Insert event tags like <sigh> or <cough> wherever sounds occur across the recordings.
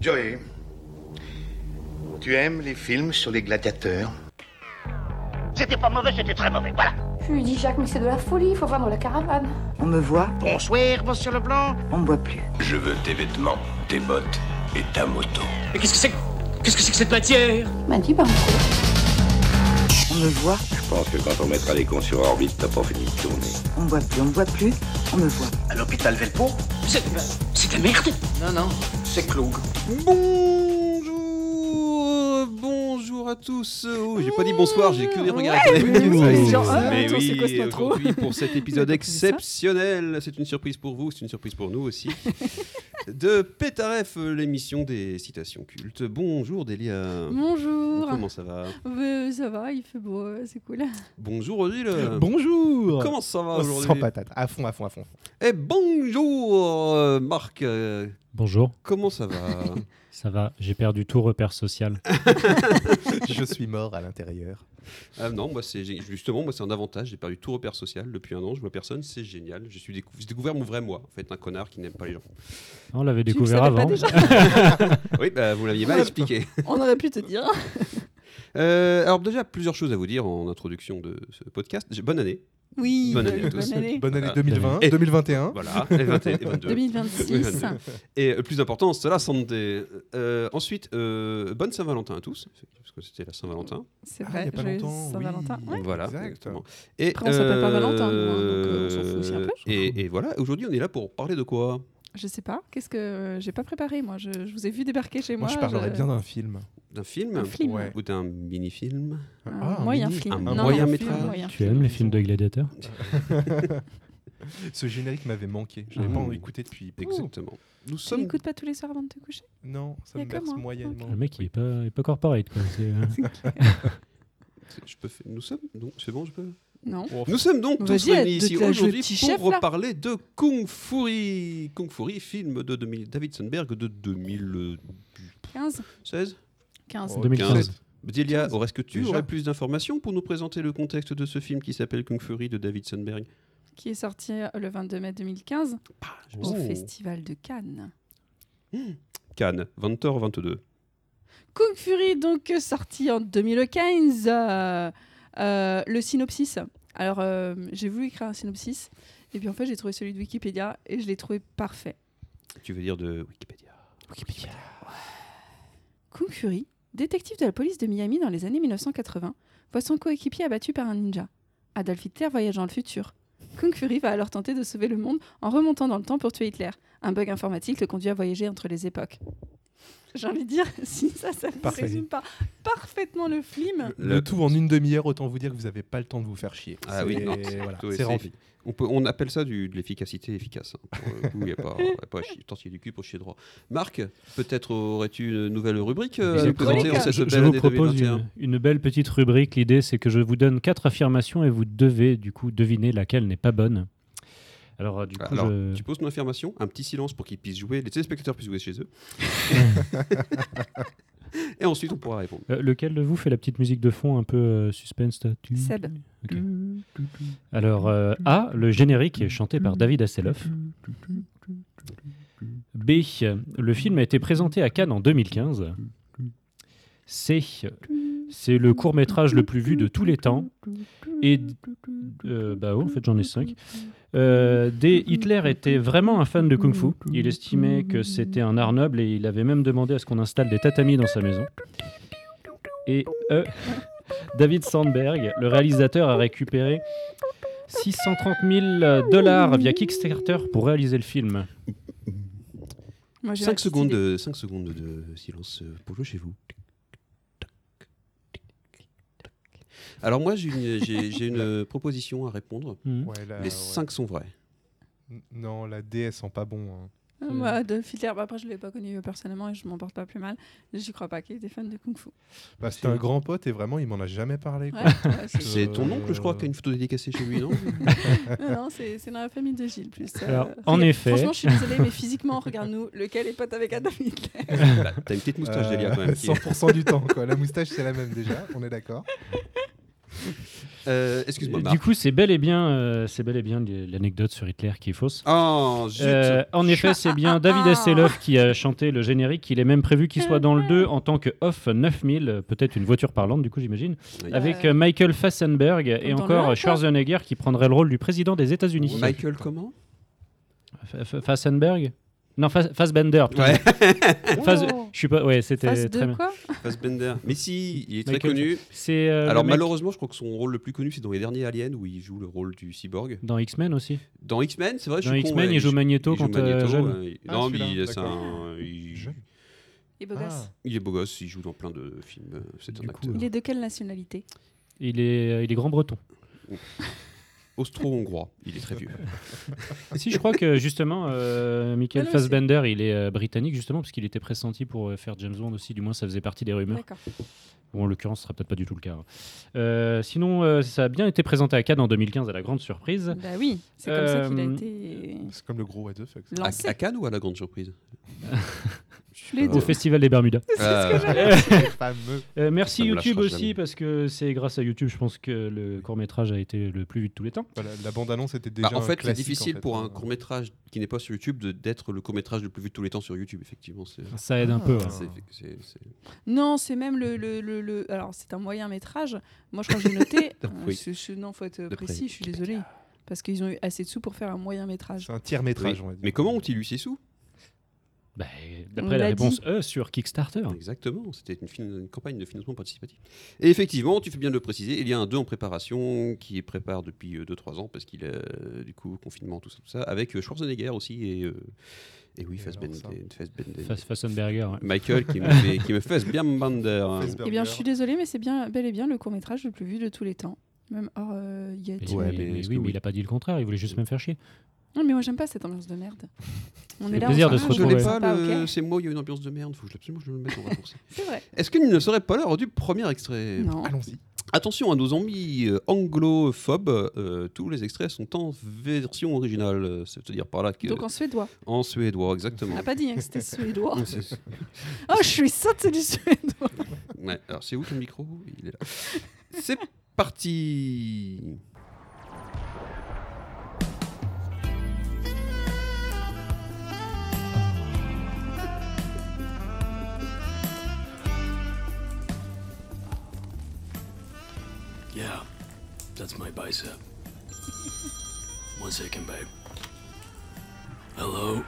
Joey, tu aimes les films sur les gladiateurs C'était pas mauvais, c'était très mauvais, voilà. Je lui dis, Jacques, mais c'est de la folie, il faut vendre la caravane. On me voit, Bonsoir, monsieur Leblanc. on me voit plus. Je veux tes vêtements, tes bottes et ta moto. Mais qu'est-ce que c'est que- Qu'est-ce que c'est que cette matière Il m'a dit, bah, On me voit, Je pense que quand on mettra les cons sur orbite, t'as pas fini de tourner. on me voit plus, on me voit plus, on me voit. À l'hôpital Velpo C'est c'est de la merde C'est Cloug. Bonjour, bonjour à tous. Oh, j'ai pas dit bonsoir, j'ai que des regards. qui oui, défilent. oui, Allez, oui, genre, ah, Mais attends, c'est quoi oui, cette intro aujourd'hui pour <laughs> cet épisode J'ai pas prévu ça. exceptionnel, c'est une surprise pour vous, c'est une surprise pour nous <laughs> aussi. De Pétaref, l'émission des citations cultes. Bonjour Delia. Bonjour. Comment ça va Euh, ça va, il fait beau, euh, c'est cool. Bonjour Euh, Odile. Bonjour Oh, Comment ça va Sans aujourd'hui patate, à fond, à fond, à <laughs> fond. Et bonjour euh, Marc. euh, Bonjour, Comment ça va ça va, j'ai perdu tout repère social. Je suis mort à l'intérieur. Ah non, moi c'est j'ai- justement moi c'est un avantage. J'ai perdu tout repère social depuis un an. Je vois personne, c'est génial. Je suis décou- j'ai découvert mon vrai moi. En fait, un connard qui n'aime pas les <laughs> gens. Ah, On l'avait Tu le découvert savais pas avant. déjà Oui, bah, vous l'aviez mal expliqué. On aurait pu te dire. Euh, alors déjà plusieurs choses à vous dire en introduction de ce podcast. J'ai- Bonne année. Oui, Bonne année à tous. année. Bonne année Voilà. 2020, Et- 2021. Voilà. <laughs> Et 21 et 22. 2026. Et euh, plus important, c'est la santé. Euh, ensuite, euh, bonne Saint-Valentin à tous, parce que c'était la Saint-Valentin. C'est Ah, il y vrai, a pas joyeux longtemps, Saint-Valentin. oui. Ouais. Voilà. Exact. exactement. Et, Après, on s'appelle pas Valentin, nous, hein, donc, euh, on s'en fout aussi un peu, Et, et voilà. Aujourd'hui, on est là pour parler de quoi Je sais pas, qu'est-ce que euh, j'ai pas préparé moi je, je vous ai vu débarquer chez moi. Moi, je parlerais bien d'un film. D'un film. Un film. Ouais. Ou d'un mini-film Un Ah, un moyen mini- film. un Non, non, moyen film, métrage. moyen. Tu aimes les films de gladiateurs Ce générique m'avait manqué. Je l'avais Ah. pas écouté depuis. Exactement. Nous Tu sommes. n'écoutes pas tous les soirs avant de te coucher Non, ça Y a me que berce moi. moyennement. Le mec, il est pas, il est pas corporate. Quoi. c'est, euh, Je peux faire- Nous sommes. Donc, c'est bon, je peux. Non. Nous sommes donc tous Vas-y, réunis de- ici de- de- aujourd'hui petit pour chef, là. reparler de Kung Fury. Kung Fury, film de 2000 David Sandberg de 2016 15 15. Oh, 2015. Delia, est-ce que tu Déjà aurais plus d'informations pour nous présenter le contexte de ce film qui s'appelle Kung Fury de David Sandberg Qui est sorti euh, le 22 mai 2015 Oh. au Festival de Cannes. Oh. Cannes, 20h22. Kung Fury, donc euh, sorti en 2015. euh, euh, le synopsis. Alors, euh, j'ai voulu écrire un synopsis, et puis en fait, j'ai trouvé celui de Wikipédia, et je l'ai trouvé parfait. Tu veux dire de Wikipédia Kung Fury, détective de la police de Miami dans les années 1980, voit son coéquipier abattu par un ninja. Adolf Hitler voyage dans le futur. Kung Fury va alors tenter de sauver le monde en remontant dans le temps pour tuer Hitler. Un bug informatique le conduit à voyager entre les époques. J'ai envie de dire, <laughs> si ça, ça ne Parfait. résume pas parfaitement le film. Le, Le- tout en une demi-heure, autant vous dire que vous n'avez pas le temps de vous faire chier. Ah oui, C'est- non. <laughs> voilà, Oui, c'est rempli. On, peut, on appelle ça du, de l'efficacité efficace. hein. Pour le coup, il n'y a pas, y a pas à chier- tant chier du cul pour chier droit. Marc, peut-être aurais-tu une nouvelle rubrique euh, à nous Exactement. présenter en Chronique. hein. cette Je, je belle vous année propose 2021 une, une belle petite rubrique. L'idée, c'est que je vous donne quatre affirmations et vous devez du coup deviner laquelle n'est pas bonne. Alors, euh, du coup, Alors, je- tu poses ton affirmation, un petit silence pour qu'ils puissent jouer, les téléspectateurs puissent jouer <laughs> chez eux. Et ensuite, on pourra répondre. Euh, lequel de vous fait la petite musique de fond un peu euh, suspense toi Tu- Seb. Ok. Alors, euh, A, le générique est chanté par David Hasselhoff. B, le film a été présenté à Cannes en 2015. C, c'est le court-métrage le plus vu de tous les temps. Et. euh, bah ouais, en fait, j'en ai cinq. Euh, D, Hitler était vraiment un fan de Kung Fu. Il estimait que c'était un art noble et il avait même demandé à ce qu'on installe des tatamis dans sa maison. Et E, David Sandberg, le réalisateur, a récupéré 630 000 dollars via Kickstarter pour réaliser le film. Moi, j'ai ma 5 petite secondes, idée. de, cinq secondes de silence euh, pour jouer chez vous. Alors moi, j'ai une, j'ai- j'ai <laughs> une proposition à répondre. Ouais, Ah là, Les ouais. 5 sont vrais. N- Non, la DS sent pas bon. hein. Euh, Moi, Adolf Hitler, bah, après, je ne l'ai pas connu euh, personnellement et je m'en porte pas plus mal. J'y crois pas qu'il était fan de Kung Fu. Bah, C'était un grand pote et vraiment, il m'en a jamais parlé. <laughs> quoi. Ouais, ouais, c'est- C'est ton oncle, je crois, Euh. qui a une photo dédicacée chez <laughs> lui, non Non, non, c'est c'est dans la famille de Gilles plus. euh, Alors, regarde- en effet. Franchement, je suis désolée, <laughs> mais physiquement, regarde-nous, lequel est pote avec Adolf Hitler Bah, T'as une petite moustache, Euh, <laughs> Delia, quand même. qui est- 100% du temps, quoi. La moustache, c'est la même déjà, on est d'accord. Euh, Excuse-moi, Marc. Du coup, c'est bel et bien, euh, c'est bel et bien l'anecdote sur Hitler qui est fausse. Oh, zut. Euh, en effet, c'est Ah. bien David Hasselhoff qui a chanté le générique. Il est même prévu qu'il soit dans le 2 en tant que Off 9000, euh, peut-être une voiture parlante, du coup, j'imagine, Oui. avec Euh, euh, Michael Fassenberg et dans encore le- euh, Schwarzenegger qui prendrait le rôle du président des États-Unis. Michael, comment F- F- Fassenberg Non, Fas- Fassbender. putain. Ouais, <laughs> Fas- Je suis pas. Ouais, Face c'était Oh. de très bien. quoi Fassbender. Mais si, il est très Michael- connu. C'est euh, Alors le mec malheureusement, je crois que son rôle le plus connu, c'est dans les derniers Aliens où il joue le rôle du cyborg. dans X-Men aussi. Dans X-Men, c'est vrai, je Dans suis con, X-Men, ouais, il joue Magneto il joue quand, euh, Magneto, jeune. euh, il- Ah, non, mais celui-là, il- c'est d'accord. un- il, Jeune. Il est beau gosse. Ah. il est beau gosse, il joue dans plein de films. euh, C'est un Du coup, acteur Il est de quelle nationalité Il est, euh, il est grand breton. austro-hongrois. Il est très vieux. Ah, <laughs> si, je crois que justement, euh, Michael Ah non, Fassbender, il est euh, britannique justement parce qu'il était pressenti pour euh, faire James Bond aussi. Du moins, ça faisait partie des rumeurs. D'accord. Bon, en l'occurrence, ce sera peut-être pas du tout le cas. hein. Euh, sinon, euh, ça a bien été présenté à Cannes en 2015 à la grande surprise. Bah oui, c'est comme ça qu'il a Euh, été C'est comme le gros what the fuck. ça. À, lancé. à Cannes ou à la grande surprise Les Euh, Au Festival <laughs> des Bermudas. euh, C'est fameux. Euh, merci Ça ne YouTube lâchera aussi jamais. parce que c'est grâce à YouTube, je pense que le court métrage a été le plus vu de tous les temps. Voilà, la bande-annonce était déjà. bah, en un fait, c'est classique, difficile en fait, pour un hein. court métrage qui n'est pas sur YouTube de- d'être le court métrage le plus vu de tous les temps sur YouTube. Effectivement, c'est. Ça aide un peu. hein. ouais. Ah. c'est- c'est- c'est- Non, c'est même le, le, le, le- Alors, c'est un moyen métrage. Moi, je crois que j'ai <laughs> noté. Oui. euh, je- je- non, faut être près. précis, je suis désolée. Parce qu'ils ont eu assez de sous pour faire un moyen métrage. C'est un tiers métrage, on va dire. Mais comment ont-ils eu ces sous Bah, On D'après la l'a réponse E sur Kickstarter. Ah. Exactement, c'était une, fin- une campagne de financement participatif. Et effectivement, tu fais bien de le préciser, il y a un 2 en préparation qui prépare depuis 2-3 ans parce qu'il a euh, du coup confinement, tout ça, tout ça, avec euh, Schwarzenegger aussi et, euh, et oui, Et Fassbender. alors Fassbender. Fass- Fassenberger. hein. ouais. Michael qui me fait, qui me fait <laughs> bien bander. hein. Eh bien, je suis désolée, mais c'est bien, bel et bien le court-métrage le plus vu de tous les temps. Même hors euh, Mais Yeti. oui, Ouais, mais, mais mais est-ce oui, que mais oui il a pas dit le contraire, il voulait juste me faire chier. Non, mais moi, j'aime pas cette ambiance de merde. On Le est là, plaisir on de s'arrange, se on je est l'ai retrouver. pas, sympa, le- ok c'est moi, il y a une ambiance de merde, faut que je- absolument que je le mette en raccourci. C'est vrai. Est-ce qu'il ne serait pas l'heure du premier extrait Non. Allons-y. Attention à nos zombies euh, anglophobes, euh, tous les extraits sont en version originale, euh, c'est-à-dire par là que... Donc en suédois. En suédois, On exactement. n'a pas dit hein, que c'était suédois. Non, c'est- Oh, je suis sotte, c'est du suédois. ouais, alors, c'est où ton micro Il est là. C'est parti Yeah, that's my bicep. One second, babe. Hello?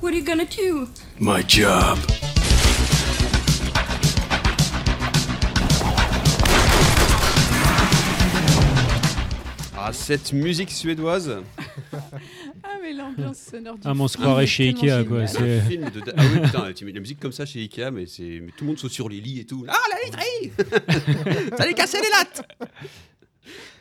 What are you gonna do My job. Ah, cette musique suédoise Ah, mais l'ambiance sonore du Ah, mais on se film croirait est chez tellement Ikea, quoi. géniale. C'est- <laughs> Un film de... da- Ah oui, putain, tu mets de la musique comme ça chez Ikea, mais, c'est... mais tout le monde saute sur les lits et tout. Ah, la literie Ça allait casser les lattes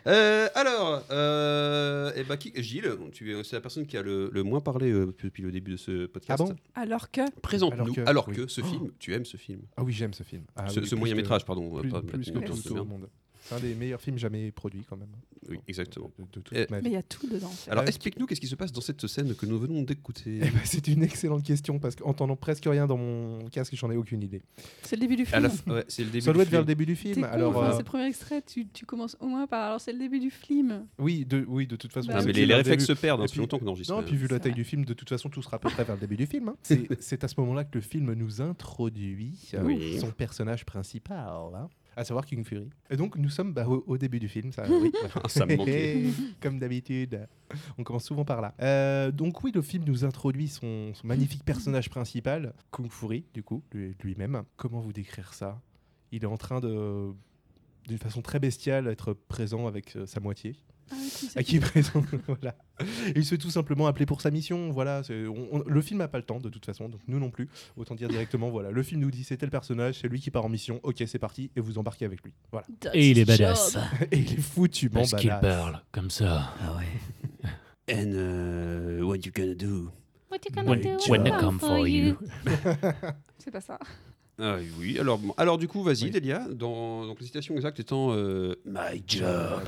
Euh, alors, euh, eh ben, qui- Gilles, tu es, c'est la personne qui a le, le moins parlé euh, depuis le début de ce podcast. Ah bon Alors que. Présente-nous, alors Alors que, que- oui. ce Oh. film, tu aimes ce film, Ah oui, j'aime ce film. Ah ce, oui, ce plus moyen que- métrage, pardon. Plus, pas- plus pas- que on se tout au souvient. monde. C'est un des meilleurs films jamais produits, quand même. hein, Oui, exactement. De, de toute Eh, ma Mais il vie. y a tout dedans. Alors, Euh, explique-nous qu'est-ce qui se passe dans cette scène que nous <laughs> venons d'écouter. Eh ben, c'est une excellente question parce qu'entendant presque rien dans mon casque, j'en ai aucune idée. C'est le début du À film. la f- ouais, c'est le début. Ça doit du être vers le film. début du T'es film. con, Alors, enfin, euh, c'est le premier extrait, tu, tu commences au moins par. Alors, c'est le début du film. oui, de, oui, de toute façon. Non, Non, c'est mais le les, les début. réflexes se perdent, hein, Et depuis puis- longtemps qu'on enregistre. Non, puis vu C'est la taille vrai. du film, de toute façon, tout sera à peu près vers le début du film. hein. <laughs> C'est c'est à ce moment-là que le film nous introduit euh, Oui. son personnage principal, hein, à savoir King Fury. Et donc, nous sommes bah, au, au début du film, ça, <laughs> oui. Ah, Ça me <laughs> manquait. Comme d'habitude, on commence souvent par là. Euh, donc oui, le film nous introduit son, son magnifique personnage principal, Kung Fury, du coup, lui- lui-même. Comment vous décrire ça Il est en train de d'une façon très bestiale, être présent avec euh, sa moitié Ah, oui, tu sais. à qui il présente. <laughs> voilà. Il se fait tout simplement appeler pour sa mission. Voilà. c'est- on- on- le film n'a pas le temps de toute façon, donc nous non plus. Autant dire directement, voilà. Le film nous dit c'est tel personnage, c'est lui qui part en mission. Ok, c'est parti, et vous embarquez avec lui. Voilà. Et il est badass. <laughs> Et il est foutu, bon bah Parce qu'il badass. parle comme ça. Ah <laughs> And uh, what you gonna do What you When, when I come for you. C'est pas ça. Ah oui, alors, bon, alors du coup, vas-y, Delia. Dans, donc la citation exacte étant euh, My job.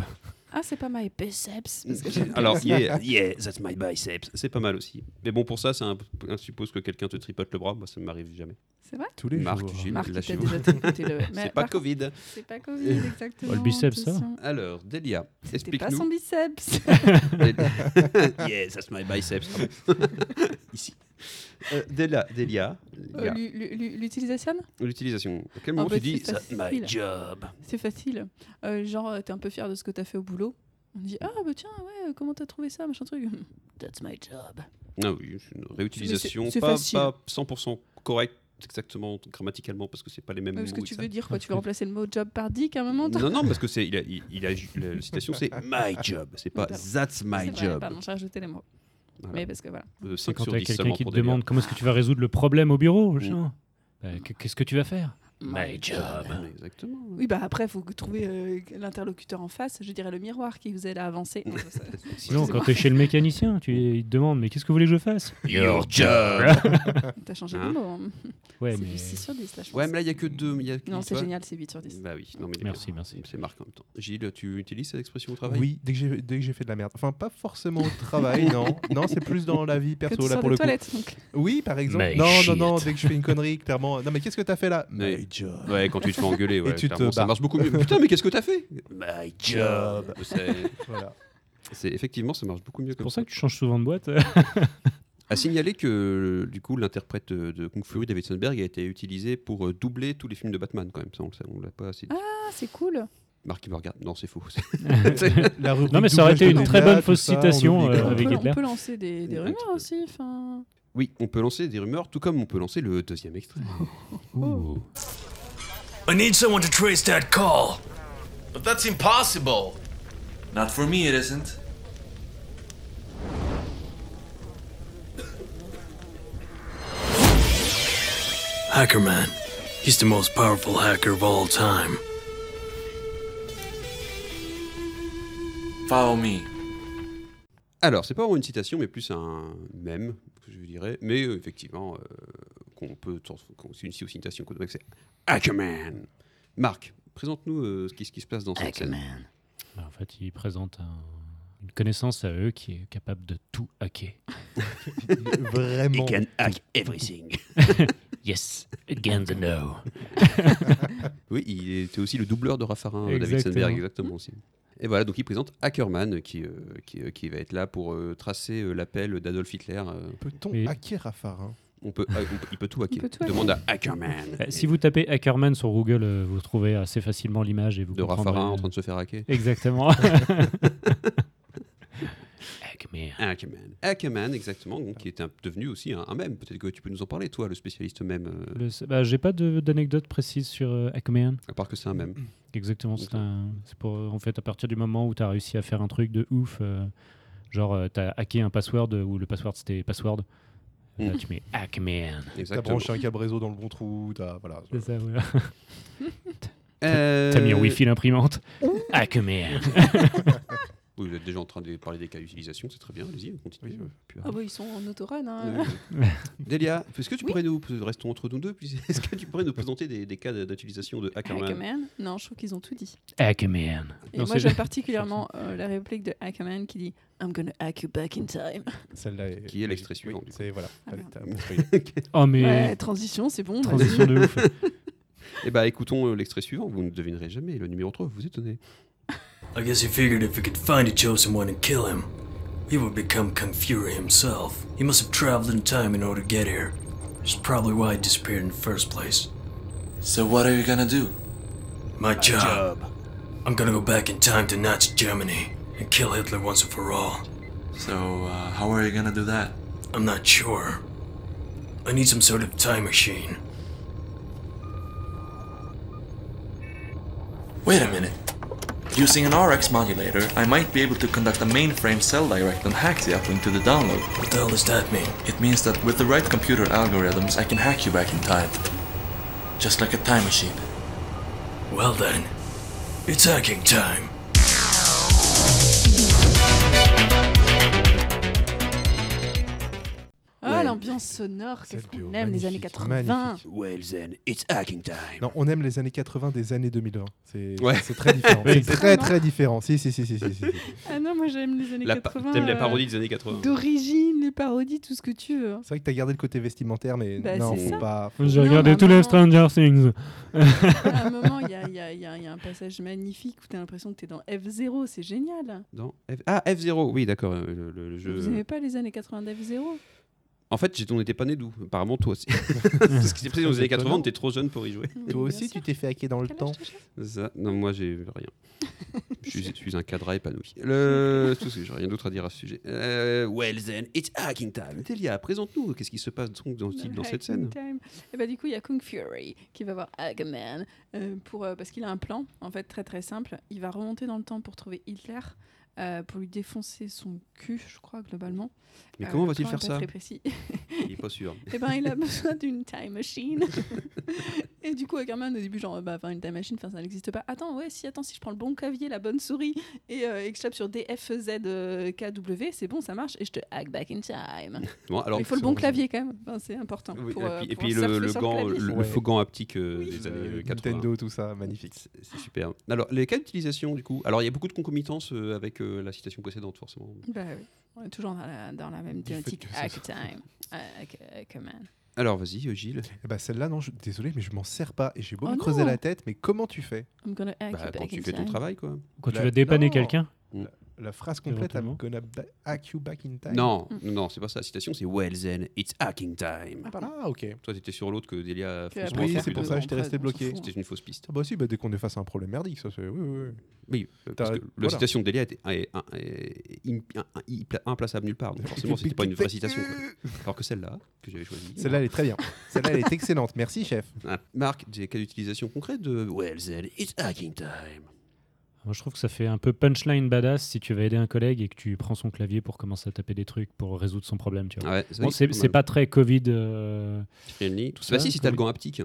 Ah, c'est pas my biceps. parce que j'aime bien <laughs> Alors, ça. yeah, <laughs> yeah, that's my biceps. C'est pas mal aussi. Mais bon, pour ça, c'est un, un suppose que quelqu'un te tripote le bras. Moi, ça ne m'arrive jamais. C'est vrai Tous les Marc, jours. Gilles, Marc, t'as lâchez-vous. déjà <laughs> tripoté le. Mais C'est pas par- Covid. C'est pas Covid, exactement. Bah, le biceps, ça. attention. Alors, Delia, C'était pas son explique-nous. biceps. <laughs> yeah, that's my biceps. Ah bon. Ici. Euh, Delia, Delia, Euh, Delia. lu- lu- lu- L'utilisation l'utilisation. À quel moment bah, tu dis c'est that's my facile. job C'est facile. Euh, genre, euh, t'es un peu fier de ce que t'as fait au boulot. On dit Ah, bah tiens, ouais, euh, comment t'as trouvé ça, machin truc <laughs> That's my job. Ah oui, c'est une réutilisation. Mais c'est- c'est Pas, facile. pas 100% correcte exactement grammaticalement parce que c'est pas les mêmes Ouais, parce mots que et tu ça. veux dire quoi Tu veux remplacer le mot job par dick à un moment toi Non, non, parce que c'est il a, il, il a ju- la, la citation, c'est my job, c'est pas Pardon. that's my C'est vrai, job. Pardon, j'ai rajouté les mots. Voilà. Mais parce que voilà. Euh, C'est 5 quand sur t'as 10 quelqu'un seulement qui te pour Delia. demande comment est-ce que tu vas résoudre le problème au bureau, Mm. Mmh. genre. Bah, qu- Qu'est-ce que tu vas faire My job. <laughs> Exactement. Oui, bah après, faut que trouver euh, l'interlocuteur en face, je dirais le miroir qui vous aide à avancer. Non, ça, ça- Sinon, quand t'es chez le mécanicien, tu Mmh. il te demande mais qu'est-ce que vous voulez que je fasse Your job T'as changé Hein de mot. hein. Ouais, c'est mais. 6 sur 10, là, je Ouais, pense. mais là, il n'y a que deux. mais il y a que- Non, tu c'est vois. génial, c'est 8 sur 10. Bah oui, non, mais il est Merci, bien. merci. C'est Marc en même temps. Gilles, tu utilises cette expression au travail Ah Oui, dès que j'ai dès que j'ai fait de la merde. Enfin, pas forcément au <laughs> travail, non. Non, c'est plus dans la vie Que tu perso, là sors pour des le coup. toilettes, donc. Oui, par exemple. Mais non, non, shit. non, dès que je fais une connerie, clairement. Non, mais qu'est-ce que t'as fait là Mais- My job. Ouais, quand tu te fais engueuler, ouais, tu te clairement, ça barres. marche beaucoup mieux. Putain, mais qu'est-ce que t'as fait My job C'est- Voilà. C'est effectivement, ça marche beaucoup mieux C'est comme pour ça. ça que tu changes souvent de <laughs> boîte. À signaler que euh, du coup, l'interprète euh, de de Kung Fury, David Sandberg, a été utilisé pour euh, doubler tous les films de Batman quand même. Ça, on le sait, on l'a pas assez. dit. Ah, c'est cool. Marc il me regarde. Non, c'est faux. <laughs> La rubrique Non, mais ça aurait doublage été de une Delia, très bonne tout fausse ça, on citation, l'oublie euh, pas. avec- on, peut, Hitler. on peut lancer des, des Un petit rumeurs peu. aussi. Enfin, Oui, on peut lancer des rumeurs, tout comme on peut lancer le deuxième extrait. Oh. Oh. I need someone to trace that call. But that's impossible. Not for me, it isn't. Hackerman. He's the most powerful hacker of all time. Follow me. Alors, c'est pas vraiment une citation, mais plus un mème, que je dirais. Mais euh, effectivement, euh, qu'on peut. trans- qu'on- C'est une c'est aussi une citation qu'on doit c'est Hackerman Marc, présente-nous euh, ce, qui, ce qui se passe dans cette scène. Bah, en fait, il présente un- une connaissance à eux qui est capable de tout hacker. <laughs> Vraiment. hack everything. Yes, again the no. Oui, il était aussi le doubleur de Raffarin, euh, David Exactement. Sandberg, exactement aussi. Et voilà, donc il présente Hackerman, qui, euh, qui, euh, qui va être là pour euh, tracer euh, l'appel d'Adolf Hitler. euh, Peut-on Mais- hacker hein Raffarin on peut, ah, on peut- il peut tout hacker. peut tout hacker. Demande à Hackerman. Euh, Si vous tapez Hackerman sur Google, euh, vous trouvez assez facilement l'image et vous De comprendrez- euh, Raffarin en <laughs> train de se faire hacker. Exactement. Hackerman. Ackerman. Ackerman, exactement, donc, qui est un- devenu aussi un, un mème. Peut-être que tu peux nous en parler, toi, le spécialiste mème, euh, Le- bah, j'ai pas de- d'anecdote précise sur euh, Hackerman. à part que c'est un mème. Exactement, c'est Ok. un- c'est pour euh, en fait à partir du moment où tu as réussi à faire un truc de ouf, euh, genre euh, t'as hacké un password euh, où le password c'était password, là Mm. tu mets Hackman. T'as Exactement. branché un câble réseau dans le bon trou, t'as. Voilà. C'est ça, voilà. Euh, T'as mis en wifi l'imprimante. Hackman. oui, vous êtes déjà en train de parler des cas d'utilisation, c'est très bien, allez-y, continuez. Oui, oui. Puis, ah bah, ils sont en autorun. euh, Hein. Delia, est-ce que tu pourrais nous restons entre nous deux, puis <laughs> est-ce que tu pourrais nous présenter des, des cas d'utilisation de Ackerman, Hackerman. Non, je trouve qu'ils ont tout dit. Hackman. Et Non, moi, c'est- j'aime particulièrement euh, la réplique de Hackerman qui dit I'm gonna hack you back in time. Celle-là est. Qui est l'extrait Oui, suivant, du C'est voilà. Ah, Allez, merde. t'as construit. Oh mais Ouais, transition, c'est bon. vas-y. transition de ouf. Eh ben, écoutons euh, l'extrait suivant. Vous ne devinerez jamais le numéro 3, vous vous étonnez. I guess he figured if he could find the chosen one and kill him, he would become Kung Fury himself. He must have traveled in time in order to get here. Which is probably why he disappeared in the first place. So, what are you gonna do? My, job. I'm gonna go back in time to Nazi Germany and kill Hitler once and for all. So, uh, how are you gonna do that? I'm not sure. I need some sort of time machine. Wait a minute. Using an RX modulator, I might be able to conduct a mainframe cell direct on hack the uplink to the download. What the hell does that mean? It means that with the right computer algorithms, I can hack you back in time. Just like a time machine. Well then, it's hacking time. Ah, l'ambiance. ambiance sonore, qu'est-ce Cette bio, qu'on aime les années magnifique, 80. magnifique. Well then, it's hacking time. <laughs> Non, on aime les années 80 des années 2020. C'est Ouais. c'est très différent. Oui. C'est très très différent. Si, si, si, si, <laughs> si, si. C'est Ah non, moi j'aime les années La pa- 80. T'aimes les euh, parodies des années 80 D'origine, les parodies, tout ce que tu veux. hein. vrai que t'as gardé le côté vestimentaire, mais Bah, non, c'est faut ça. pas. J'ai Non, regardé mais tous les maman. Stranger Things. À un moment, il y a, il y a- il y a- il y a un passage magnifique où t'as l'impression que t'es dans F0, c'est génial. Non, F- Ah, F0, oui, d'accord. euh, Le, le- le jeu. Vous aimez pas les années 80 d'F0 En fait, j'ai- on n'était pas né d'où Apparemment, toi aussi. Parce que c'est précis, dans les années 80, on était trop jeune pour y jouer. Toi aussi, tu t'es fait hacker dans le temps. Ça, non, moi, j'ai rien. Je suis, je suis un cadre épanoui. Le... c'est <laughs> tout ce que j'ai rien d'autre à dire à ce sujet. Euh, well then, it's hacking time. Delia, présente-nous. Qu'est-ce qui se passe donc dans, dans cette scène Et bah, du coup, il y a Kung Fury qui va voir Hagman euh, pour, euh, parce qu'il a un plan, en fait, très très simple. Il va remonter dans le temps pour trouver Hitler, euh, pour lui défoncer son cul, je crois, globalement. Mais Euh, comment le va-t-il plan est faire pas ça très précis. <laughs> Il est pas sûr. Eh ben, il a besoin d'une <laughs> time machine. et du coup, Ackerman, au début, genre, bah, enfin, une time machine, enfin, ça n'existe pas. Attends, ouais, si, attends, si je prends le bon clavier, la bonne souris, et, euh, et que je tape sur DFZKW, euh, c'est bon, ça marche, et je te hack back in time. Bon, alors, il faut le bon clavier quand même, Enfin, c'est important. Oui, pour, et euh, puis, et pouvoir puis le, surfer le sur gant, le, clavier. le faux gant haptique euh, des années Euh, euh, 80. Nintendo, tout ça, magnifique. C'est c'est super. Alors, les cas d'utilisation, du coup. Alors, il y a beaucoup de concomitances euh, avec euh, la citation précédente, forcément. Bah oui, on est toujours dans la, dans la même Du fait thématique. que ça Hack soit- time. Hack, Ackerman. Alors, vas-y, euh, Gilles. Eh bah, celle-là, non, je- désolé, mais je m'en sers pas. Et j'ai beau Oh me creuser non. la tête, mais comment tu fais I'm gonna Bah, hack you quand back in tu fais ton time. travail, quoi. Quand tu La- vas dépanner non. quelqu'un. La phrase complète, I'm gonna Éventuellement. ba- bah, hack you back in time. Non, Mm. non, c'est pas ça. La citation, c'est Well then, it's hacking time. Ah, pardon. Ah, ok. Toi, t'étais sur l'autre que Delia a Que faussement après, Oui, entendu c'est pour de- ça que bon, j'étais après, resté on s'en bloqué. fout, hein. C'était une fausse piste. Ah, bah si, bah, dès qu'on est face à un problème merdique, ça c'est. Oui, oui, oui. Oui, euh, parce T'as- que la voilà. citation de Delia était un- est- un- est- in- un- un- i- pla- implaçable nulle <laughs> part. Donc forcément, c'était pas une vraie citation. quoi. Alors que celle-là, que j'avais choisie. Celle-là, elle est très bien. Celle-là, elle est excellente. Merci, <laughs> chef. Ah, Marc, des cas d'utilisation concrète de Well then, it's hacking time. Moi, je trouve que ça fait un peu punchline badass si tu vas aider un collègue et que tu prends son clavier pour commencer à taper des trucs pour résoudre son problème. Tu vois. Ouais, ça, Bon, c'est c'est pas très Covid. euh, friendly. tout Bah ça, si, si t'as le comme- gant haptique.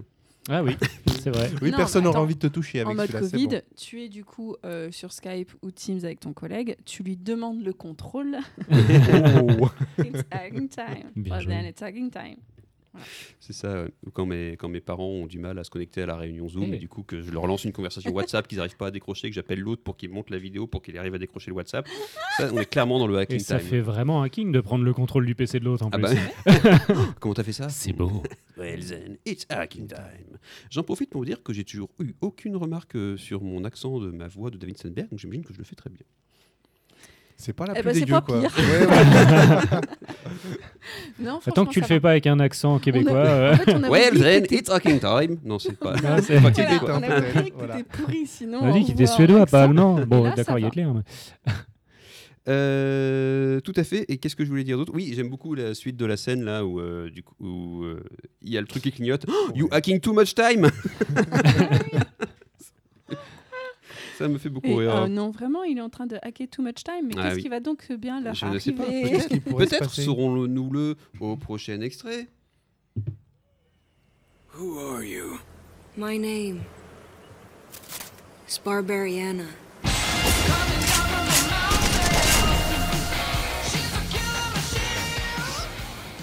Ah oui, <laughs> c'est vrai. Oui, Non, personne mais n'aura attends. envie de te toucher avec en mode celui-là, c'est Covid, bon. tu es du coup euh, sur Skype ou Teams avec ton collègue, tu lui demandes le contrôle. <laughs> Oh. It's hacking time. Bien Well, joué. then it's hacking time. C'est ça, ouais. Ou quand mes, quand mes parents ont du mal à se connecter à la réunion Zoom Eh. et du coup que je leur lance une conversation WhatsApp qu'ils n'arrivent pas à décrocher, que j'appelle l'autre pour qu'il monte la vidéo pour qu'il arrive à décrocher le WhatsApp. Ça, on est clairement dans le Et hacking ça time. fait vraiment hacking de prendre le contrôle du PC de l'autre en Ah plus. bah, <laughs> comment t'as fait ça C'est beau. Well then, it's hacking time. J'en profite pour vous dire que j'ai toujours eu aucune remarque euh, sur mon accent de ma voix de David Sandberg, donc j'imagine que je le fais très bien. C'est pas la Eh plus ben, c'est dégueu, pas quoi. pire. Ouais, <laughs> ouais. Non, Tant que tu le fais pas avec un <laughs> accent québécois. euh, Ah Ah, Well then, it's hacking time. Non, c'est pas. Non, c'est pas Voilà, québécois. on on a a compris compris que Voilà. que t'étais pourri, sinon. on a dit qu'il était suédois, pas allemand. <laughs> Bon, Là, Oh, ça d'accord, il y a va. clair. mais- Euh, tout à fait. Et qu'est-ce que je voulais dire d'autre Oui, j'aime beaucoup la suite de la scène là où euh, du coup où, euh, il y a le truc qui clignote. Oh, you hacking too much time. <laughs> Ça me fait beaucoup rire. euh, hein. non, vraiment, il est en train de hacker too much time, mais Ah qu'est-ce oui. qui va donc euh, bien leur Je ne sais pas. arriver Qu'est-ce qui pourrait se Peut-être passer saurons-nous le au prochain extrait. Who are you? My name is Barbariana.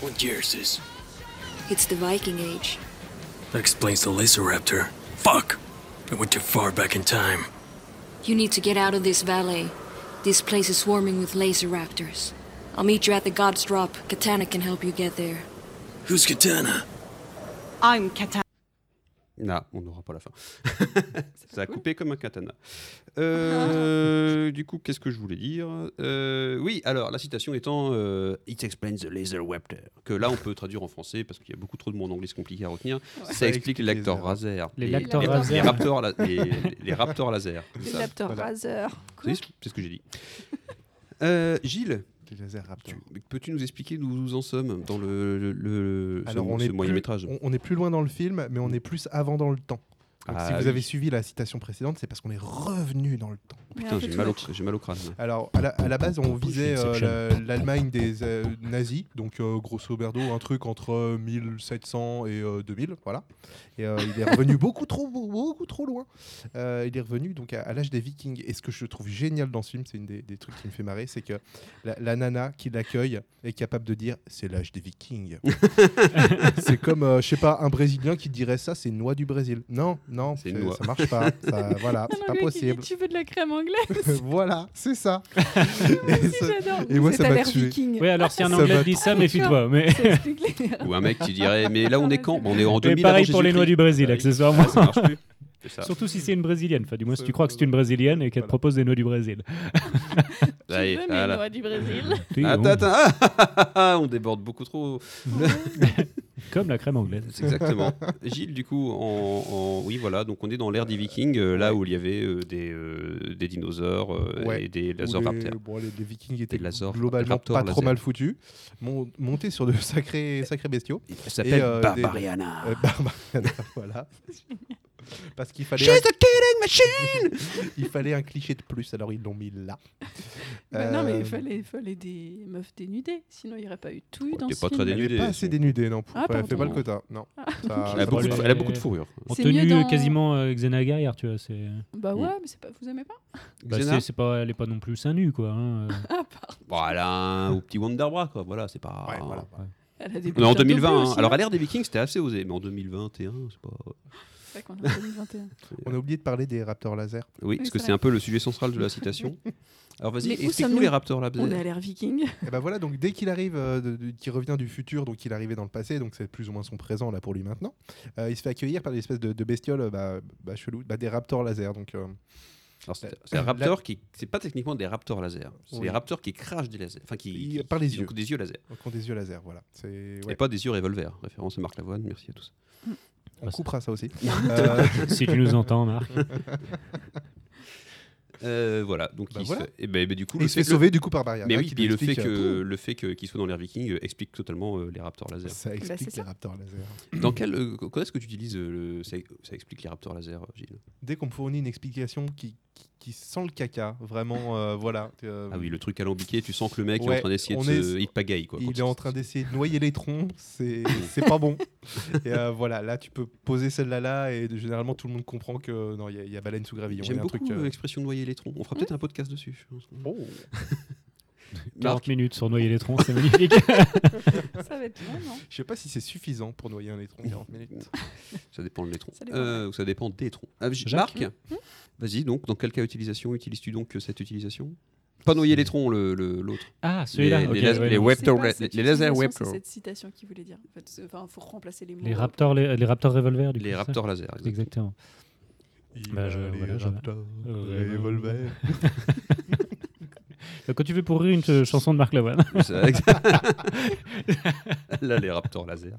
What year is this? It's the Viking Age. That explains the laser raptor. Fuck! I went too far back in time. You need to get out of this valley. This place is swarming with laser raptors. I'll meet you at the God's Drop. Katana can help you get there. Who's Katana? I'm Katana. Non, on n'aura pas la fin. <laughs> Ça a coupé comme un katana. Euh, du coup, qu'est-ce que je voulais dire Euh, Oui, alors la citation étant euh, It explains the laser raptor, que là on peut traduire en français parce qu'il y a beaucoup trop de mots en anglais c'est compliqué à retenir. Ça explique explique les les lactors laser. Les lactors les- laser. Les raptors, la- les, les raptors laser. C'est Les ça. laptop Voilà. Razer. C'est c'est ce que j'ai dit. Euh, Gilles, Les laser raptors. peux-tu nous expliquer d'où nous en sommes dans le, le- le- ce, Alors, on ce est, moyen plus, métrage on, on est plus loin dans le film, mais on est plus avant dans le temps. Donc, Ah si vous oui. avez suivi la citation précédente, c'est parce qu'on est revenu dans le temps. Putain, j'ai mal, au... j'ai mal au crâne. Alors, à la, à la base, on visait euh, Inception. la- l'Allemagne des euh, nazis, donc euh, grosso merdo, un truc entre euh, 1700 et euh, 2000, voilà. Et euh, il est <laughs> revenu beaucoup trop, beaucoup trop loin. Euh, il est revenu donc à, à l'âge des Vikings. Et ce que je trouve génial dans ce film, c'est une des, des trucs qui me fait marrer, c'est que la, la nana qui l'accueille est capable de dire c'est l'âge des <laughs> Vikings. c'est comme, euh, je sais pas, un Brésilien qui dirait ça, c'est une noix du Brésil. Non, non, une c'est- noix. ça marche pas. <laughs> Ça- voilà, c'est pas Un anglais qui dit, possible. tu veux de la crème anglaise <laughs> voilà, c'est <laughs> ça. Et Ah, j'adore. et moi, Vous ça m'a êtes à l'air tué. viking. <laughs> Oui, alors si un Ça anglais va dit ça, trop méfie-toi. fort. Mais... Ça explique les- Ou un mec qui dirait Mais là, on est quand Bah, On est <laughs> en Et 2000 pareil avant pour les noix du Jésus-Christ. Ah Brésil, Ouais, <laughs> accessoirement. Ça marche plus. C'est ça. Surtout si c'est une brésilienne. Enfin, du moins, si C'est- tu crois que c'est une brésilienne et qu'elle te propose des noix <laughs> du Brésil. Tu Allez, veux mes voilà. noix du Brésil Puis, Attends, on- attends, <laughs> ah, ah, ah, ah, on déborde beaucoup trop. Comme la crème anglaise. C'est Exactement. Gilles, du coup, en, en- oui, voilà, donc on est dans l'ère des Vikings, euh, là où il y avait euh, des, euh, des dinosaures euh, Ouais. et des Ou laser les, raptors. bon, les- les Vikings étaient lasers, globalement raptors, pas trop lasers. mal foutus, mon- montés sur de <laughs> sacrés, sacrés bestiaux. Il Et, s'appelle euh, des- Barbariana. Euh, Barbariana, <laughs> <laughs> voilà. Parce qu'il fallait, She's a un, killing machine <laughs> il fallait un cliché de plus, alors ils l'ont mis là. Bah Non, mais Euh, il fallait, il fallait des meufs dénudées, sinon il n'y aurait pas eu tout eu Oh, dans t'es ce pas film. très Elle est dénudée. pas assez dénudée, non. Ah, elle fait pardon. Ah. pas le quota, non. <laughs> Ça- Elle a, ça beaucoup passe de, pas. elle a beaucoup de fourrure. En C'est tenue mieux dans- quasiment euh, Xena Guerrière, tu vois. C'est euh, Bah Mm. ouais, mais c'est pas, vous aimez pas bah, Xena c'est- c'est pas, elle est pas non plus seins nus, quoi. hein, euh. <laughs> Bon, elle a un ou petit Wonderbra, quoi. Voilà, c'est pas. Ouais, voilà. Elle a des On est en boutons de 2020. bleu hein. aussi, Alors, non à l'ère des Vikings, c'était assez osé, mais en 2021, c'est pas. C'est vrai qu'on est en 2021. On a oublié de parler des raptors laser. Oui, parce c'est que vrai. c'est un peu le sujet central de <laughs> la citation. Alors, vas-y, Mais où explique-nous <laughs> sommes-nous les raptors là. On est à l'ère viking. <laughs> Et ben voilà, donc dès qu'il arrive, euh, de- de- qu'il revient du futur, donc il arrivait dans le passé, donc c'est plus ou moins son présent là pour lui maintenant, euh, il se fait accueillir par des espèces de, de bestioles euh, bah, bah, chelou, bah, des raptors laser. Donc, euh, Alors, C'est c'est un raptor qui. C'est pas techniquement des raptors laser. C'est Oui. des raptors qui crachent des lasers. Enfin, qui. Il- qui- par les qui ont yeux. Des yeux laser. qui ont des yeux laser, voilà. C'est- Et ouais. pas des yeux revolver. Référence à Marc Lavoine, merci à tous. On bah, coupera ça <laughs> aussi. Euh, si tu nous entends, Marc. Euh, voilà, donc Bah il se voilà. fait- eh ben- ben, du coup, il le se fait fait que- sauver du coup par hein, Barrière. Mais oui, puis le fait euh, que le fait que- qu'il soit dans l'air viking euh, explique totalement euh, les raptors <laughs> laser. Ça explique Bah, c'est ça. les raptors laser. Dans quel euh, quand est-ce que tu utilises euh, le ça, ça explique les raptors laser, euh, Gilles Dès qu'on me fournit une explication qui, qui, qui sent le caca, vraiment, euh, voilà. euh, Ah oui, le truc alambiqué, tu sens que le mec est Ouais, en train d'essayer de on se... est- il te pagaille quoi. Il Bah, quand est en train d'essayer de noyer les troncs, <laughs> c'est c'est pas bon. Et euh, voilà, là tu peux poser celle-là là et généralement tout le monde comprend que non, il y a- il y, a baleine sous gravillon. il y J'aime a un beaucoup truc, euh, euh, l'expression de noyer les troncs. On fera Mmh. peut-être un podcast dessus. je pense. <laughs> 40 Marc, minutes sur noyer les troncs, <laughs> c'est magnifique. Ça va être long, non Je sais pas si c'est suffisant pour noyer un étron 40 minutes. ça dépend de les troncs. Ça dépend, Mmh. Euh, ou ça dépend des troncs. Ah, J- Jacques Marc, vas-y donc dans quel cas d'utilisation utilises-tu donc euh, cette utilisation Pas noyer les troncs le- le- l'autre. Ah, Les- celui-là. ok, les las- ouais, les non. web- C'est pas Webtor- cette les laser utilisation, Webtor. C'est cette citation qu'il voulait dire. En fait, C'est- enfin, faut remplacer les mots. euh, Les raptors, les, les raptors revolver, du coup, les c'est ça raptors laser. exactement. Exactement. Bah, je- voilà, je- Euh, <laughs> revolver. Euh, Quand tu veux pourrir une euh, chanson de Marc Lavoine. Ça, <laughs> exact- Là, les raptors <laughs> laser.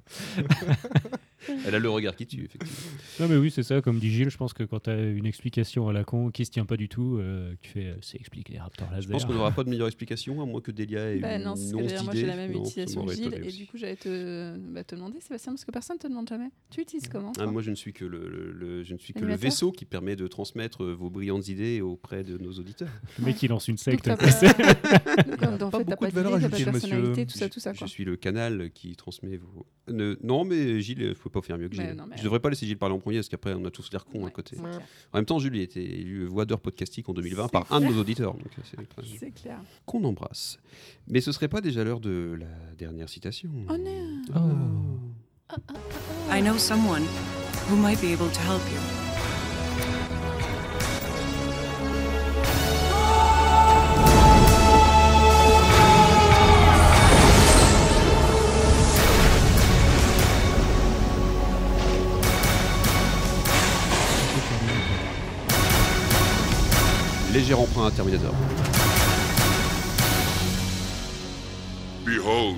Elle a le regard qui tue, effectivement. non, mais oui, c'est ça. Comme dit Gilles, je pense que quand t'as une explication à la con qui se tient pas du tout, euh, tu fais euh, c'est expliquer les raptors laser. Je pense qu'on n'aura pas de meilleure explication, à moins que Delia ait Bah une non, c'est ce que j'allais dire. moi non-idée. j'ai la même Non, ça utilisation que m'aurait Gilles étonné et aussi. du coup j'allais te, bah, te demander Sébastien parce que personne te demande jamais. Tu utilises comment Ah, toi moi, je ne suis que le, le- le- je ne suis que le Hein L'animateur vaisseau qui permet de transmettre euh, vos brillantes idées auprès de nos auditeurs. Le mec, il lance une Donc, secte. t'as quoi, <laughs> c'est- pas- <laughs> Donc, en pas fait, t'as beaucoup pas de valeur d'idée, ajoutée, t'as pas de le personnalité, monsieur. tout ça, tout ça je quoi. suis le canal qui transmet vos. Ne- non, mais Gilles, je peux pas faire mieux que Mais Gilles. non, mais- Je devrais pas laisser Gilles parler en premier, parce qu'après, on a tous l'air cons à Ouais, côté. c'est clair. En même temps, Jules il a été élu voix d'or podcastique en 2020 par C'est un de clair. nos auditeurs. Donc, euh, c'est quand même- C'est clair. qu'on embrasse. Mais ce serait pas déjà l'heure de la dernière citation. Ah. Oh non I know someone who might be able to help you. Léger emprunt à Terminator. Behold,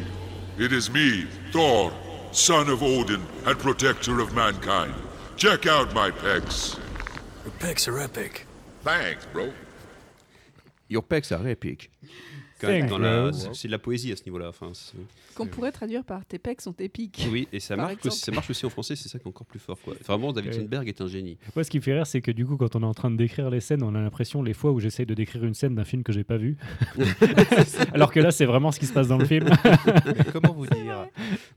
it is me, Thor, son of Odin and protector of mankind. Check out my pecs. Your pecs are epic. Thanks, bro. Your pecs are epic. quand même Thank dans la- you. c'est c'est de la poésie à ce niveau-là. Enfin, c'est- Qu'on pourrait traduire par tes pecs sont épiques. oui, et ça Par marche, aussi, ça exemple. marche aussi en français, c'est ça qui est encore plus fort. Quoi. Enfin, vraiment, David Oui. Schoenberg est un génie. Moi, ce qui me fait rire, c'est que du coup, quand on est en train de décrire les scènes, on a l'impression, les fois où j'essaye de décrire une scène d'un film que j'ai <laughs> pas vu, alors que là, c'est vraiment ce qui se passe dans le film.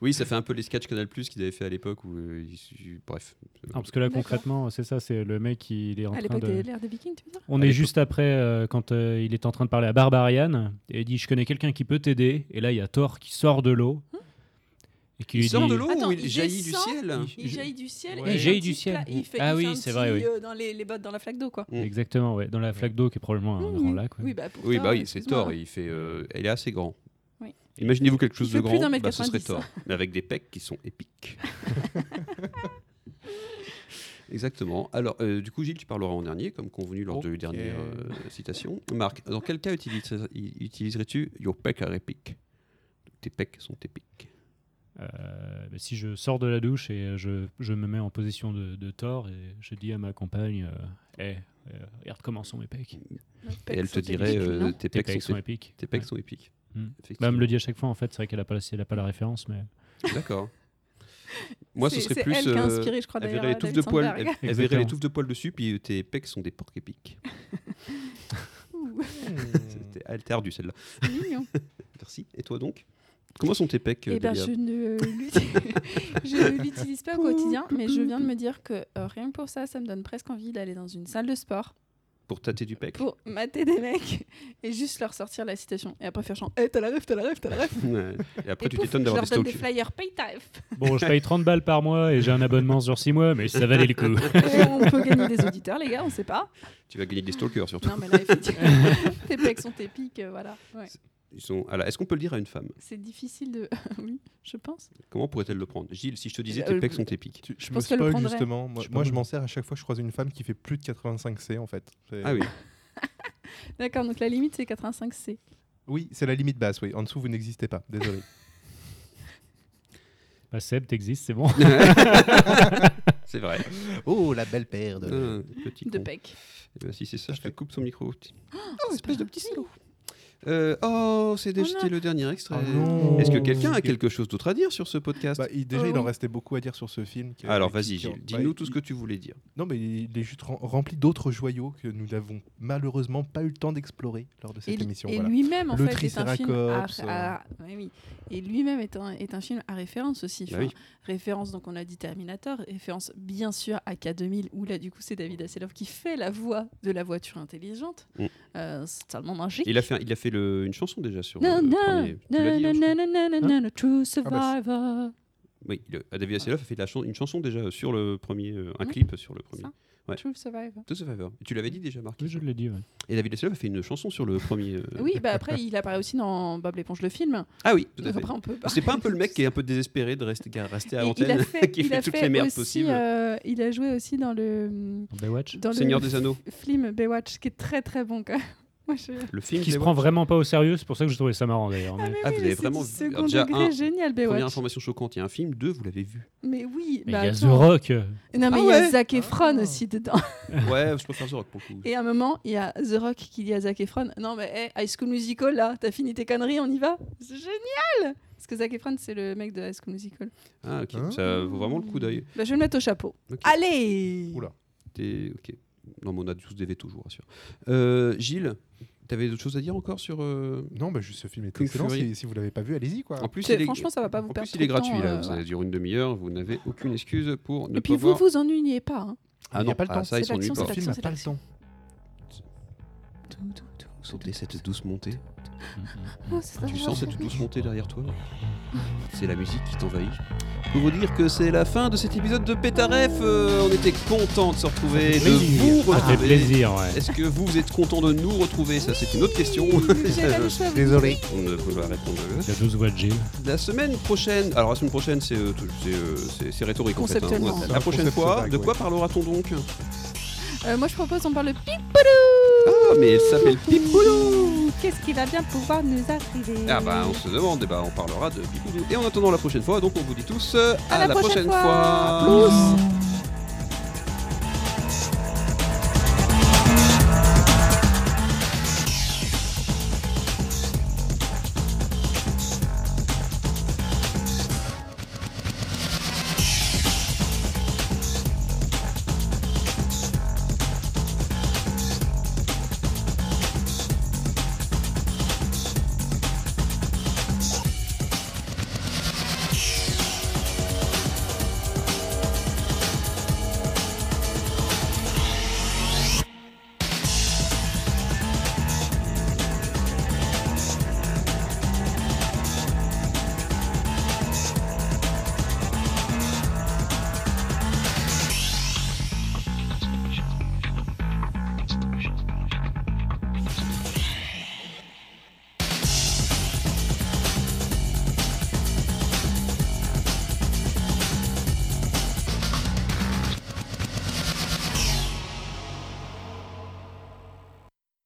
Oui, ça fait un peu les sketchs Canal Plus qu'ils avaient fait à l'époque. Où, euh, ils- bref. Non, Ah, parce que là, concrètement, c'est ça, c'est le mec, il est en À train l'époque de. de l'ère des Vikings, tu veux dire On À est l'époque. juste après, euh, quand euh, il est en train de parler à Barbarian, et il dit Je connais quelqu'un qui peut t'aider. Et là, il y a Thor qui sort de l'eau. Hein Et qui Il lui sort dit- de l'eau Attends, ou il, jaillit descend, du ciel Il jaillit du ciel. Ouais. et Il jaillit un du petit ciel. plat- Il fait, Ah il fait oui, un c'est petit, vrai, oui. euh, dans les, les bottes dans la flaque d'eau, quoi. Mm. Exactement, ouais, dans la flaque d'eau qui est probablement un Mm, Mmh. grand lac. ouais. Oui, bah, pour Oui, Thor, bah oui, c'est excuse-moi. Thor. Il fait, euh, elle est assez grand. Oui. Imaginez-vous quelque chose Il de fait plus grand, d'un mètre bah, ce serait 90. Thor, mais avec des pecs qui sont épiques. Exactement. Alors, euh, du coup, Gilles, tu parleras en dernier, comme convenu lors de la dernière euh, citation. Marc, dans quel cas utilisa- i- utiliserais-tu Your pecs are epic Tes pecs sont épiques. Euh, bah, si je sors de la douche et euh, je, je me mets en position de, de Thor et je dis à ma compagne euh, Eh, euh, regarde comment sont mes pecs. Et elle te dirait euh, tes pecs sont, ép- épiques. Tes pecs Ouais. sont épiques. Hmm. Mm. Bah, Effectivement. elle me le dit à chaque fois en fait, c'est vrai qu'elle n'a pas, la- elle a pas la référence, mais. D'accord. Moi, ce C'est- serait c'est plus. elle qui a euh, inspiré, Ah, je crois, elle d'ailleurs, verrait les touffes de David poils. Sandberg. Elle, elle verrait les Exactement. touffes de poils dessus, puis tes pecs sont des porcs épiques. <laughs> C'était elle était ardue celle-là. C'est mignon. Merci. Et toi donc Comment sont tes pecs Eh ben, Delia je <laughs> ne l'ut- <laughs> je ne l'utilise pas au quotidien, mais je viens de me dire que euh, rien que pour ça, ça me donne presque envie d'aller dans une salle de sport Pour tâter du pec pour mater des mecs <laughs> et juste leur sortir la citation et après faire genre Eh, t'as la ref, t'as la ref, t'as la ref. <laughs> Ouais. Et après, Et tu pouf, t'étonnes je d'avoir leur des donne des stalkers. flyers, paye ta ref. <laughs> Bon, je paye 30 balles par mois et j'ai un abonnement sur 6 mois, mais ça valait <laughs> le coup. Et on peut gagner des auditeurs, les gars, on sait pas. Tu vas gagner des stalkers surtout. Non, mais là, <laughs> effectivement, tes pecs sont épiques, euh, voilà. Ouais. Ils sont... Alors, est-ce qu'on peut le dire à une femme C'est difficile de. <laughs> oui, je pense. Comment pourrait-elle le prendre Gilles, si je te disais Euh, tes pecs je- sont épiques. Tu- je pense me qu'elle le spoil prendrait. justement. Moi, Je moi, pense. je m'en sers à chaque fois que je croise une femme qui fait plus de 85C en fait. C'est- Ah oui. D'accord, donc la limite, c'est 85C. Oui, c'est la limite basse, oui. En dessous, vous n'existez pas. <laughs> Désolé. Bah, Seb, t'existes, <laughs> c'est bon. C'est vrai. Oh, la belle paire de- Euh, petit <laughs> De con. pecs. Eh ben, si c'est ça, je te coupe son micro. Oh, espèce de petit silo. Euh, oh, c'est dé- c'était le dernier extrait. non. Est-ce que quelqu'un a quelque chose d'autre à dire sur ce podcast Bah, il- déjà, Euh, il en oui. restait beaucoup à dire sur ce film. qui- Alors qui- vas-y, qui- Gilles, bah, dis-nous il- tout ce que tu voulais dire. Non, mais il est juste rem- rempli d'autres joyaux que nous n'avons malheureusement pas eu le temps d'explorer lors de cette et, émission. et voilà. lui-même, en le fait, est un film à, euh. Triceratops, à- oui, oui. Et lui-même est un, est un film à référence aussi. Bah Enfin, oui. Référence, donc on a dit Terminator, référence bien sûr à K2000, où là, du coup, c'est David Hasselhoff qui fait la voix de la voiture intelligente. Mm. Euh, c'est tellement magique. Il a fait, il a fait le- une chanson déjà sur. Na, euh, le na, premier- tu l'as na, dit, na, hein, je crois. na, na, na, na, na, True Ah, Survivor. Oui, le- David Hasselhoff a fait de la chan- une chanson déjà euh, sur le premier, euh, un Ouais. clip sur le premier. Ça. Ouais. True Survivor. To Survivor. Tu l'avais dit déjà, Marc. Oui, je l'ai dit, ouais. Et David Hasselhoff a fait une chanson sur le premier. euh, Oui, bah après, il apparaît aussi dans Bob l'éponge, le film. Ah oui, tout à Donc fait. après, on peut C'est pas un peu le mec qui est un peu désespéré de rester, qui a resté à Et il a l'antenne, fait, qui il fait a toutes fait les merdes aussi, possibles. euh, il a joué aussi dans le Baywatch dans le Seigneur des Anneaux. f- film Baywatch, qui est très très bon quand même. <laughs> Moi, je- <laughs> Le film qui se Baywatch. prend vraiment pas au sérieux, c'est pour ça que je trouvais ça marrant d'ailleurs. mais- Ah, vous mais avez c'est vraiment du vu. second Alors, déjà, degré un, génial, Baywatch. première information choquante, il y a un film, deux, vous l'avez <laughs> vu. Mais oui, Mais bah, il y a The attends. Rock. Non, mais Ah il y a ouais. Zac Efron aussi dedans. <laughs> ouais, je préfère The Rock pour le coup. Et à un moment, il y a The Rock qui dit à Zac Efron Non, mais hey, High School Musical, là, t'as fini tes conneries, on y va C'est génial Parce que Zac Efron, c'est le mec de High School Musical. Ah, ok, ça vaut vraiment le coup d'œil. Bah, je vais le mettre au chapeau. Allez Oula. T'es... Ok. Non, mais on a tous des vétos, je vous rassure. Euh, Gilles, t'avais d'autres choses à dire encore sur. Non, bah juste ce film est Kung excellent. Fury. Si, si vous l'avez pas vu, allez-y quoi. En plus, C'est- il est... franchement, ça va pas vous en perdre plus, il est trop de gratuit, temps, là. euh, ça dure une demi-heure, vous n'avez aucune excuse pour ne Et puis pas vous, voir. vous ennuyez pas. hein. Ah non, Il y a pas le ah, temps. ça, ils C'est s'ennuient l'action, pas. c'est l'action, c'est pas le temps. Oh, Vous sentez cette douce montée Oh, Ah, c'est Tu ça. sens cette douce montée derrière toi C'est la musique qui t'envahit. Pour vous dire que c'est la fin de cet épisode de Pétaref, euh, on était content de se retrouver, Ça fait de plaisir. vous Ça fait retrouver. plaisir, ouais. Est-ce que vous, vous êtes content de nous retrouver Ça, c'est une autre question. <laughs> j'avais le choix. Désolé. On ne peut pas répondre. La douce voix de Jill. La semaine prochaine, alors la semaine prochaine, c'est euh, tout- c'est, euh, c'est- c'est rhétorique en fait. hein. Conceptuellement. La prochaine Concept fois, vague, de quoi ouais. parlera-t-on donc Euh, moi, je propose, on parle de Ah, mais elle s'appelle Pipoulou Qu'est-ce qui va bien pouvoir nous arriver Ah bah on se demande, et bah on parlera de Pipoudou. Et en attendant la prochaine fois, donc on vous dit tous euh, à, la la prochaine, prochaine fois. fois. À plus.